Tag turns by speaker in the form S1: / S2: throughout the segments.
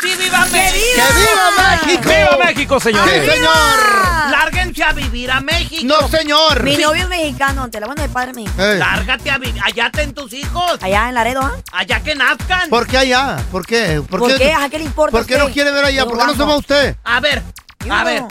S1: sí, viva México!
S2: ¡Que viva México!
S3: ¡Viva México, señores!
S2: ¡Sí, señor!
S1: ¡Lárguense a vivir a México!
S2: ¡No, señor!
S4: Mi novio es mexicano, te la mando de padre mío.
S1: Eh.
S2: Ey,
S1: ¡Lárgate a vivir! ¡Allá ten tus hijos!
S4: Allá en Laredo, ¿ah?
S1: ¡Allá que nazcan!
S2: ¿Por qué allá? ¿Por qué?
S4: ¿Por, qué? ¿A qué le importa?
S2: ¿Por qué no quiere ver allá? ¿Por qué no se va usted?
S1: A ver,
S4: Yo
S1: a
S4: no.
S1: ver.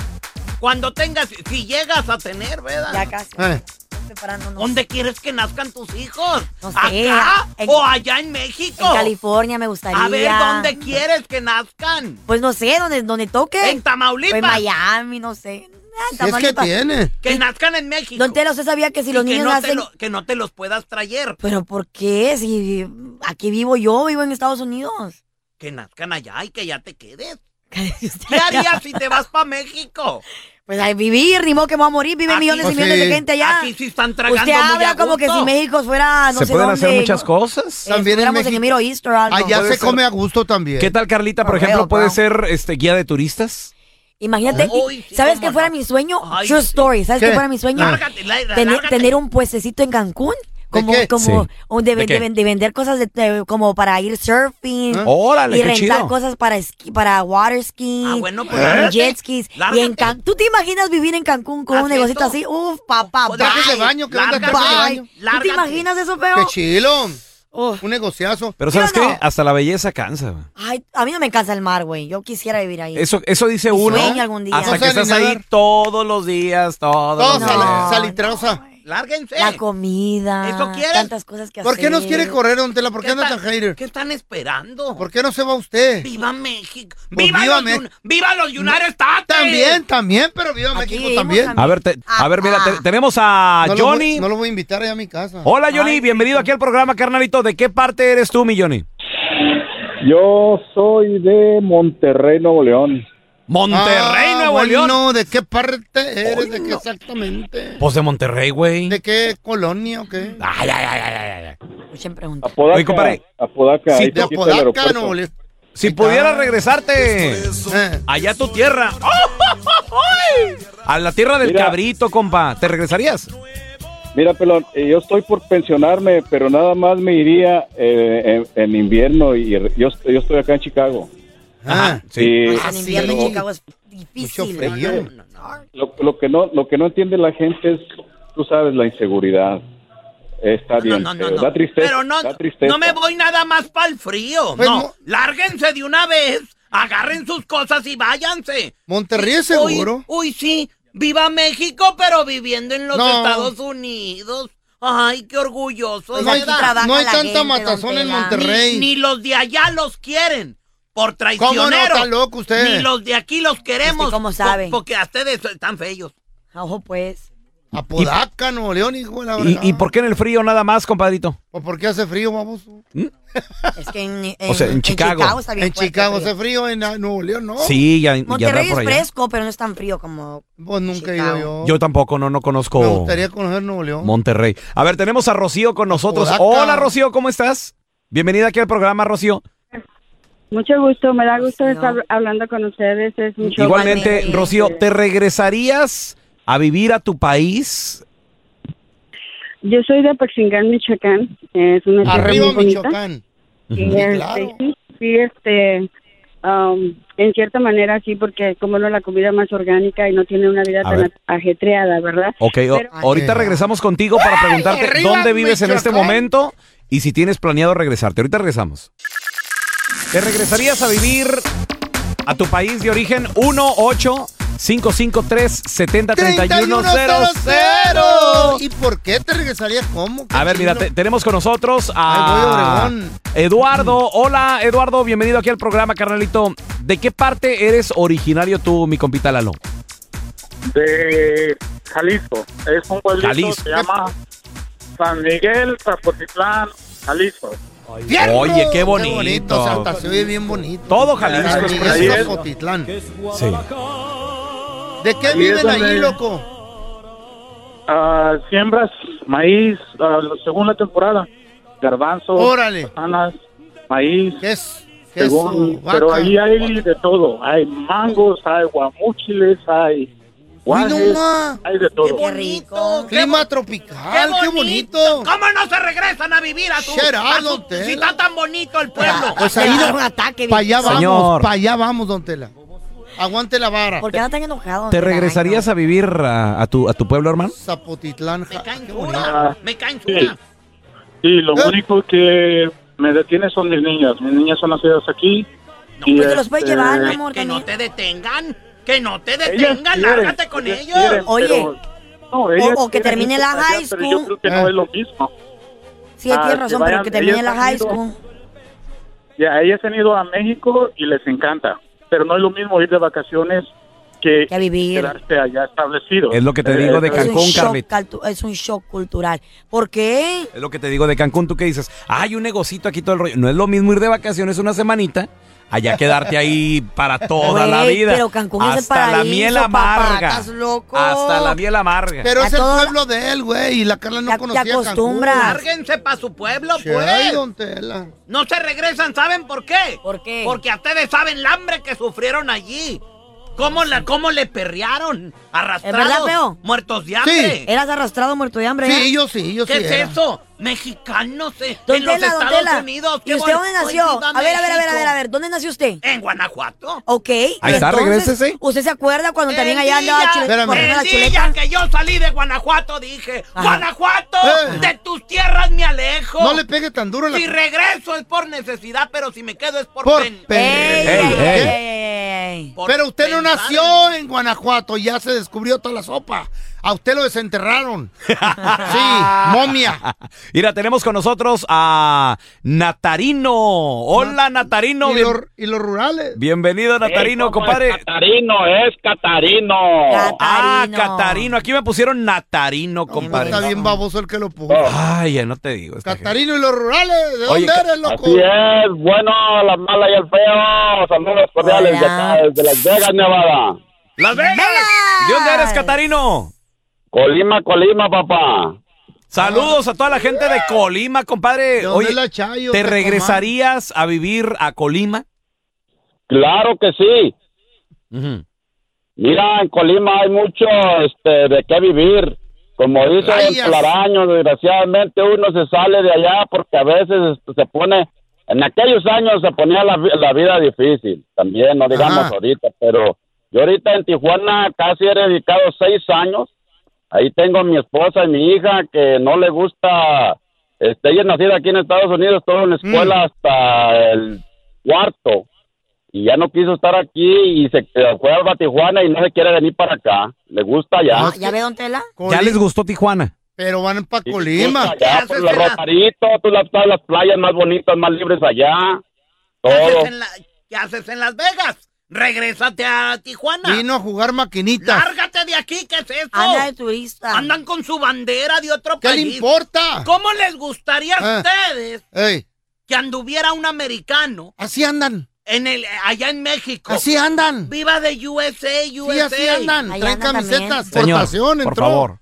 S1: Cuando tengas, si llegas a tener, ¿verdad?
S4: Ya casi.
S2: Eh.
S4: Estamos preparándonos.
S1: ¿Dónde quieres que nazcan tus hijos?
S4: No sé,
S1: ¿Acá
S4: en-
S1: o allá en México?
S4: En California me gustaría.
S1: A ver, ¿dónde quieres que nazcan?
S4: Pues no sé, donde, donde toque.
S1: En
S4: O en
S1: Tamaulipas.
S4: Pues Miami, no sé. Ah, en
S2: Si es que
S4: Tamaulipas.
S2: tiene.
S1: que nazcan en México.
S4: Don Telo, usted sabía que si
S1: Y
S4: los
S1: que
S4: niños
S1: no te
S4: nacen...
S1: lo- que no te los puedas traer.
S4: ¿Pero por qué? Si aquí vivo yo, vivo en Estados Unidos.
S1: Que nazcan allá y que ya te quedes. ¿Qué harías si te vas para México?
S4: Pues a vivir, ni modo que me voy a morir. Viven
S1: Aquí-
S4: millones
S2: Pues
S4: y millones
S2: sí.
S4: de gente allá.
S1: Aquí sí están tragando
S4: Usted
S1: muy
S4: habla
S1: a
S4: como que
S1: gusto.
S4: si México fuera, Ah, no
S3: se
S4: sé
S3: pueden hacer
S4: dónde,
S3: muchas
S4: no-
S3: cosas.
S4: Eh,
S2: También en
S4: estuviéramos
S2: México. Ah,
S4: en Emiro East o algo.
S2: Allá
S3: Puede
S2: se
S3: ser.
S2: come a gusto
S4: Eh,
S2: también.
S3: ¿Qué tal, Carlita? Por
S4: Correo,
S3: ejemplo, puede
S4: claro.
S3: ser este guía de turistas.
S4: Imagínate,
S1: Uy, sí,
S4: ¿sabes
S1: cómo
S4: qué fuera
S1: no.
S4: mi sueño?
S1: Ay,
S4: True
S1: sí. Ah.
S4: story, ¿sabes
S2: ¿Qué?
S4: qué, fuera mi sueño?
S1: Lárgate, Laira,
S4: Tener,
S1: lárgate.
S4: tener un puestecito en Cancún. Como,
S2: qué?
S4: como
S3: Sí.
S4: un de,
S3: ¿De qué?
S4: de ven- de vender cosas de, de- como para ir surfing
S2: Ah.
S3: Órale,
S4: y
S3: qué
S4: rentar
S3: chido.
S4: cosas para esqui- para water ski,
S1: Ah, bueno, pues,
S4: y
S1: lárgate.
S4: jet skis. Y en
S1: Lárgate.
S4: Can- ¿Tú te imaginas vivir en Cancún con un
S1: Haz
S4: negocito
S1: esto.
S4: así? Uf, papá,
S1: O
S4: bye,
S2: trajes de baño, que venda
S1: Pues Lárgate.
S2: trajes
S4: bye.
S2: de baño.
S4: ¿Tú
S1: Lárgate.
S4: te imaginas eso,
S2: ¡Qué
S4: feo?
S2: chilo!
S4: Uf.
S2: Un negociazo.
S3: Pero
S4: ¿Sí o
S3: ¿sabes
S4: no?
S3: qué? Hasta la belleza cansa. güey.
S4: Ay, a mí no me cansa el mar, güey. Yo quisiera vivir ahí.
S3: Eso, eso dice uno.
S4: sueño algún día.
S2: No
S3: Hasta que
S2: sé ni
S3: estás ahí
S2: nadar.
S3: todos los días, todos
S2: Todo
S3: los
S4: sale-
S3: días.
S4: No,
S2: salitrosa.
S1: Lárguense.
S4: La comida.
S1: ¿Eso quieres?
S4: Tantas cosas que
S2: ¿Por qué
S4: hacer.
S2: nos quiere correr, don Tela? ¿Por qué anda
S1: está-
S2: tan hater?
S1: ¿Qué están esperando?
S2: ¿Por qué no se va usted?
S1: ¡Viva México!
S2: Pues
S1: ¡Viva,
S2: viva
S1: los,
S2: Me-
S1: Yun- ¡Viva los United States!
S2: También, también, pero viva
S4: Aquí
S2: México
S4: vivimos
S2: también.
S4: también.
S3: A ver, te- a ver, mira,
S4: ah.
S3: te- tenemos a
S2: No lo voy-
S3: Johnny.
S2: no lo voy a invitar allá a mi casa.
S3: Hola, Johnny. Bienvenido aquí al programa, carnalito. ¿De qué parte eres tú, mi Johnny?
S5: Yo soy de Monterrey, Nuevo León.
S3: Monterrey,
S2: Ah,
S3: Nuevo
S2: bueno,
S3: León.
S2: ¿de qué parte eres? ¿De qué exactamente?
S3: Pues de Monterrey, güey.
S2: ¿De qué colonia o qué?
S3: Ay, ay, ay, ay, ay, ay.
S4: Escuchen preguntas.
S5: Apodaca.
S3: Oye, compadre.
S5: Apodaca.
S3: Sí,
S5: ahí
S2: De
S5: cerquita del
S2: Apodaca,
S5: aeropuerto.
S2: no, León.
S3: Si pudieras regresarte
S2: Eh,
S3: allá a tu tierra. A la tierra del
S5: Mira.
S3: cabrito, compa. ¿Te regresarías?
S5: Mira, pelón, eh, yo estoy por pensionarme, pero nada más me iría eh, en, en invierno y re- yo, est- yo estoy acá en Chicago.
S2: ah,
S3: pues, Sí.
S5: Y
S4: en invierno en
S2: sí.
S4: Chicago es difícil.
S2: Mucho frío.
S4: No, no, no, no.
S5: lo, lo que no lo que no entiende la gente es, tú sabes, la inseguridad. Está
S1: No,
S5: bien,
S1: no, no,
S5: feo.
S1: no.
S5: da tristeza.
S1: Pero no,
S5: da tristeza.
S1: no me voy nada más para el frío.
S2: Pues
S1: no.
S2: no.
S1: lárguense de una vez, agarren sus cosas y váyanse.
S2: Monterrey es
S1: Uy,
S2: seguro.
S1: Uy, sí, viva México, pero viviendo en los
S2: No.
S1: Estados Unidos. Ay, qué orgulloso.
S4: Pues
S2: No hay,
S4: aquí trabaja
S2: no hay
S4: la
S2: tanta
S4: gente,
S2: matazón
S4: don
S2: en
S4: Tela.
S2: Monterrey.
S1: Ni, ni los de allá los quieren. Por traicioneros.
S2: ¿Cómo no? Está loco usted.
S1: Ni los de aquí los queremos.
S4: ¿Usted cómo
S1: po-
S4: sabe?
S1: Porque a ustedes están feos.
S4: Ojo, pues.
S2: Apodaca, Nuevo León, hijo de la
S3: ¿Y,
S2: verdad.
S3: y por qué en el frío nada más, compadrito?
S2: ¿O por qué hace frío, baboso?
S4: Es que en,
S3: O sea, en Chicago.
S4: está bien
S2: En
S4: fuerte el
S2: Chicago
S4: frío.
S2: hace frío, en ah, Nuevo León no.
S3: Sí, ya, ya andaba
S4: Monterrey es
S3: por allá.
S4: fresco, pero no es tan frío como...
S2: Pues nunca he
S4: Chicago.
S2: ido yo.
S3: Yo tampoco, no, no conozco
S2: Me gustaría conocer Nuevo León.
S3: Monterrey. A ver, tenemos a Rocío con nosotros.
S2: Apodaca.
S3: Hola, Rocío, ¿cómo estás? Bienvenida aquí al programa, Rocío.
S6: Mucho gusto, me da
S4: Sí,
S6: gusto
S4: ¿no?
S6: estar hablando con ustedes. Es un show
S3: Igualmente,
S4: Igualmente.
S3: Rocío, ¿te regresarías a vivir a tu país?
S6: Yo soy de Paxingán, Michoacán. Es una tierra
S2: Arriba
S6: muy bonita.
S2: Michoacán.
S6: Y,
S2: Sí,
S6: este,
S2: claro.
S6: sí, sí, este, um, en cierta manera sí, porque como no la comida más orgánica y no tiene una vida
S3: A
S6: tan
S3: ver.
S6: ajetreada, ¿verdad?
S3: Ok, o-
S6: Pero-
S3: ahorita
S2: Ay.
S3: regresamos contigo para preguntarte
S2: arriba,
S3: dónde vives en este
S2: Michoacán.
S3: momento y si tienes planeado regresarte. Ahorita regresamos. ¿Te regresarías a vivir a tu país de origen? 1 8 553
S2: 3100. ¿Y por qué te regresarías? ¿Cómo?
S3: A ver, mira, te- tenemos con nosotros a
S2: Ay, voy, Obregón.
S3: Eduardo. Hola, Eduardo, bienvenido aquí al programa, carnalito. ¿De qué parte eres originario tú, mi compita Lalo?
S7: de Jalisco. Es un pueblito
S3: Jalisco.
S7: que se llama San Miguel, Zapotitlán, Jalisco.
S3: Oye, qué bonito.
S2: bonito. Santa, se oye bien bonito.
S3: Todo Jalisco
S2: San
S3: es
S2: Miguel
S7: precioso.
S2: Zapotitlán.
S3: Sí.
S2: ¿De qué
S7: Ahí es
S2: viven
S7: donde-
S2: ahí, loco?
S7: Ah, siembras maíz ah, según la temporada. Garbanzos,
S2: Órale.
S7: bananas, maíz.
S2: ¿Qué es? ¿Qué es?
S7: Según,
S2: su vaca?
S7: pero ahí hay de todo. Hay mangos, hay guamuchiles, hay guajes,
S2: ma.
S7: hay de
S1: ¡Qué
S7: todo.
S1: bonito! ¡Qué,
S2: Clima
S1: qué bonito!
S2: tropical, Ah, qué bonito.
S1: ¿Cómo no se regresan a vivir a tu,
S2: Shut up,
S1: a
S2: don
S1: su
S2: Tela.
S1: si está tan bonito el pueblo?
S2: Pues
S4: Te
S2: ahí
S4: va a dar
S2: no-
S4: un ataque.
S2: Para allá
S3: Señor.
S2: vamos, para allá vamos, don Tela. Aguante la vara.
S4: ¿Por qué no tan enojado? don
S3: ¿Te
S4: Tela? Ay,
S3: regresarías
S4: no.
S3: a vivir a, a tu, a tu pueblo, hermano?
S2: Zapotitlán.
S1: Me
S2: ja-
S1: caen
S7: Ah,
S2: qué bonito.
S1: una, me caen una.
S7: Sí, lo
S2: ¿Eh?
S4: Ah.
S7: único que me detiene son mis niñas. Mis niñas son nacidas aquí. y,
S4: Pues te los puedes
S7: este,
S4: llevar, mi
S7: ellas
S4: amor,
S1: Que no
S4: también.
S1: te detengan, que no te detengan,
S7: quieren,
S1: lárgate con
S7: ellas
S1: ellos.
S7: quieren,
S4: Oye,
S7: pero- no, ellas
S4: o que
S7: quieren
S4: termine
S7: ir
S4: la
S7: para
S4: high
S7: Pero yo
S4: school.
S7: creo que no
S2: Ah.
S7: es lo mismo.
S4: Sí,
S7: Ah,
S4: tienes
S7: que
S4: razón, pero
S7: vayan,
S4: que termine
S7: ellos
S4: la
S7: han
S4: high
S7: ido.
S4: school.
S7: Ya, ellas han ido a México y les encanta. Pero no es lo mismo ir de vacaciones que
S4: Que vivir.
S7: quedarse allá establecido.
S3: Es lo que te digo de
S7: eh,
S4: Es un,
S3: Cancún,
S4: shock,
S3: Carlit.
S4: caltu- es un shock cultural. ¿Por qué?
S3: Es lo que te digo de Cancún, tú que dices, hay un negocito aquí todo el rollo. No es lo mismo ir de vacaciones una semanita, allá quedarte ahí para toda la
S4: Güey,
S3: vida.
S4: pero Cancún es el
S3: Hasta la
S4: paraíso,
S3: miel
S4: papá,
S3: amarga.
S4: estás loco.
S3: Hasta la miel amarga.
S2: Pero
S4: A
S2: es el
S4: toda-
S2: pueblo de él, güey. Y la Carla no
S4: Te- te
S2: conocía Cancún.
S4: acostumbras.
S1: Lárguense para su pueblo,
S2: Che, ay,
S1: pues.
S2: don Tela.
S1: No se regresan, ¿saben por qué?
S4: ¿Por qué?
S1: Porque a ustedes saben el hambre que sufrieron allí. ¿Cómo, la, cómo le perrearon? Arrastrados.
S4: ¿Es verdad, feo?
S1: Muertos de hambre.
S2: Sí.
S4: Eras arrastrado muerto de hambre.
S2: Sí,
S4: ¿eh?
S2: yo sí, yo sí.
S1: ¿Qué es
S2: era.
S1: eso? Mexicanos eh,
S4: Don
S1: en los
S4: Tela, don
S1: Estados
S4: Tela.
S1: Unidos.
S4: ¿Y
S1: Qué
S4: usted
S1: bon-
S4: dónde nació?
S1: Ay, viva
S4: A ver, a ver, a ver, a ver,
S1: México.
S4: a ver, ¿dónde nació usted?
S1: En Guanajuato.
S4: Ok.
S3: Ahí está,
S4: entonces,
S3: regrésese.
S4: ¿Usted se acuerda cuando también
S1: El
S4: allá andaba
S1: día-
S4: chule-
S2: Espérame.
S4: corriendo la
S1: El
S4: chuleta?
S1: día que yo salí de Guanajuato dije,
S4: Ajá.
S1: Guanajuato,
S2: Eh.
S1: de tus tierras me alejo.
S2: No le pegue tan duro a la...
S1: Si regreso es por necesidad, pero si me quedo es por,
S2: Por
S1: pen-
S2: pe-
S4: ¡Ey,
S2: Ey,
S4: ey,
S3: ey.
S4: ey, ey, ey!
S1: por
S2: Pero usted no
S1: pensar en-
S2: nació en Guanajuato, ya se descubrió toda la sopa. A usted lo desenterraron. Sí, momia.
S3: Mira, tenemos con nosotros a Natarino. Hola, Natarino.
S2: y,
S3: Bien-
S2: lo- y los rurales.
S3: Bienvenido, Natarino, compadre.
S7: Catarino, es Catarino.
S4: Cat-
S3: Ah,
S4: Catarino.
S3: Catarino. Aquí me pusieron Natarino, compadre.
S2: Está bien baboso el que lo puso.
S3: Ay, ya no te digo. esta gente.
S2: Catarino y los rurales, ¿de
S3: Oye,
S2: dónde
S3: ca-
S2: eres, loco?
S7: Así es, bueno, la mala y el feo. Saludos cordiales de acá,
S4: Hola.
S7: desde Las Vegas, Nevada.
S3: ¡Las Vegas!
S4: Vegas.
S3: ¿De dónde eres, Catarino?
S7: Colima, Colima, papá.
S3: Saludos a toda la gente de Colima,
S2: Ah.
S3: compadre.
S2: ¿De dónde
S3: Oye,
S2: es la Chayo,
S3: ¿te
S2: Tecomán?
S3: regresarías a vivir a Colima?
S7: Claro que sí.
S3: Ujú.
S7: Mira, en Colima hay mucho este, de qué vivir. Como dice
S2: Rayas.
S7: el plaraño, desgraciadamente uno se sale de allá porque a veces este, se pone, en aquellos años se ponía la, vi- la vida difícil también, no digamos
S2: Ajá.
S7: ahorita, pero yo ahorita en Tijuana casi he dedicado seis años. Ahí tengo mi esposa y mi hija que no le gusta, este, ella es nacida aquí en Estados Unidos, todo
S2: Mm.
S7: en la escuela hasta el cuarto y ya no quiso estar aquí y se eh, fue a Tijuana y no se quiere venir para acá. Le gusta allá.
S4: Ah, ¿Ya ve, don Tela?
S2: Coli-
S3: ¿Ya les gustó Tijuana?
S2: Pero van para
S7: Sí,
S2: Colima.
S7: gusta allá,
S1: ¿Qué
S7: por
S1: haces
S7: los
S1: en la-
S7: Rosaritos, tú las, todas las playas más bonitas, más libres allá.
S1: ¿Qué haces,
S7: Todo.
S1: en la- qué haces en Las Vegas? Regrésate a Tijuana.
S2: Vino a jugar maquinitas.
S1: Lárgate de aquí, ¿qué es eso?
S4: Anda de turista.
S1: Andan con su bandera de otro
S2: ¿Qué le
S1: país.
S2: importa?
S1: ¿Cómo les gustaría a
S2: Ah.
S1: ustedes
S2: Ey,
S1: que anduviera un americano
S2: así andan,
S1: en el allá en México?
S2: así andan.
S1: Viva de USA,
S2: Sí,
S1: USA.
S2: así andan.
S4: Ahí
S2: Traen
S4: andan
S2: camisetas,
S3: Señor,
S2: portación,
S3: por
S2: entró.
S3: favor.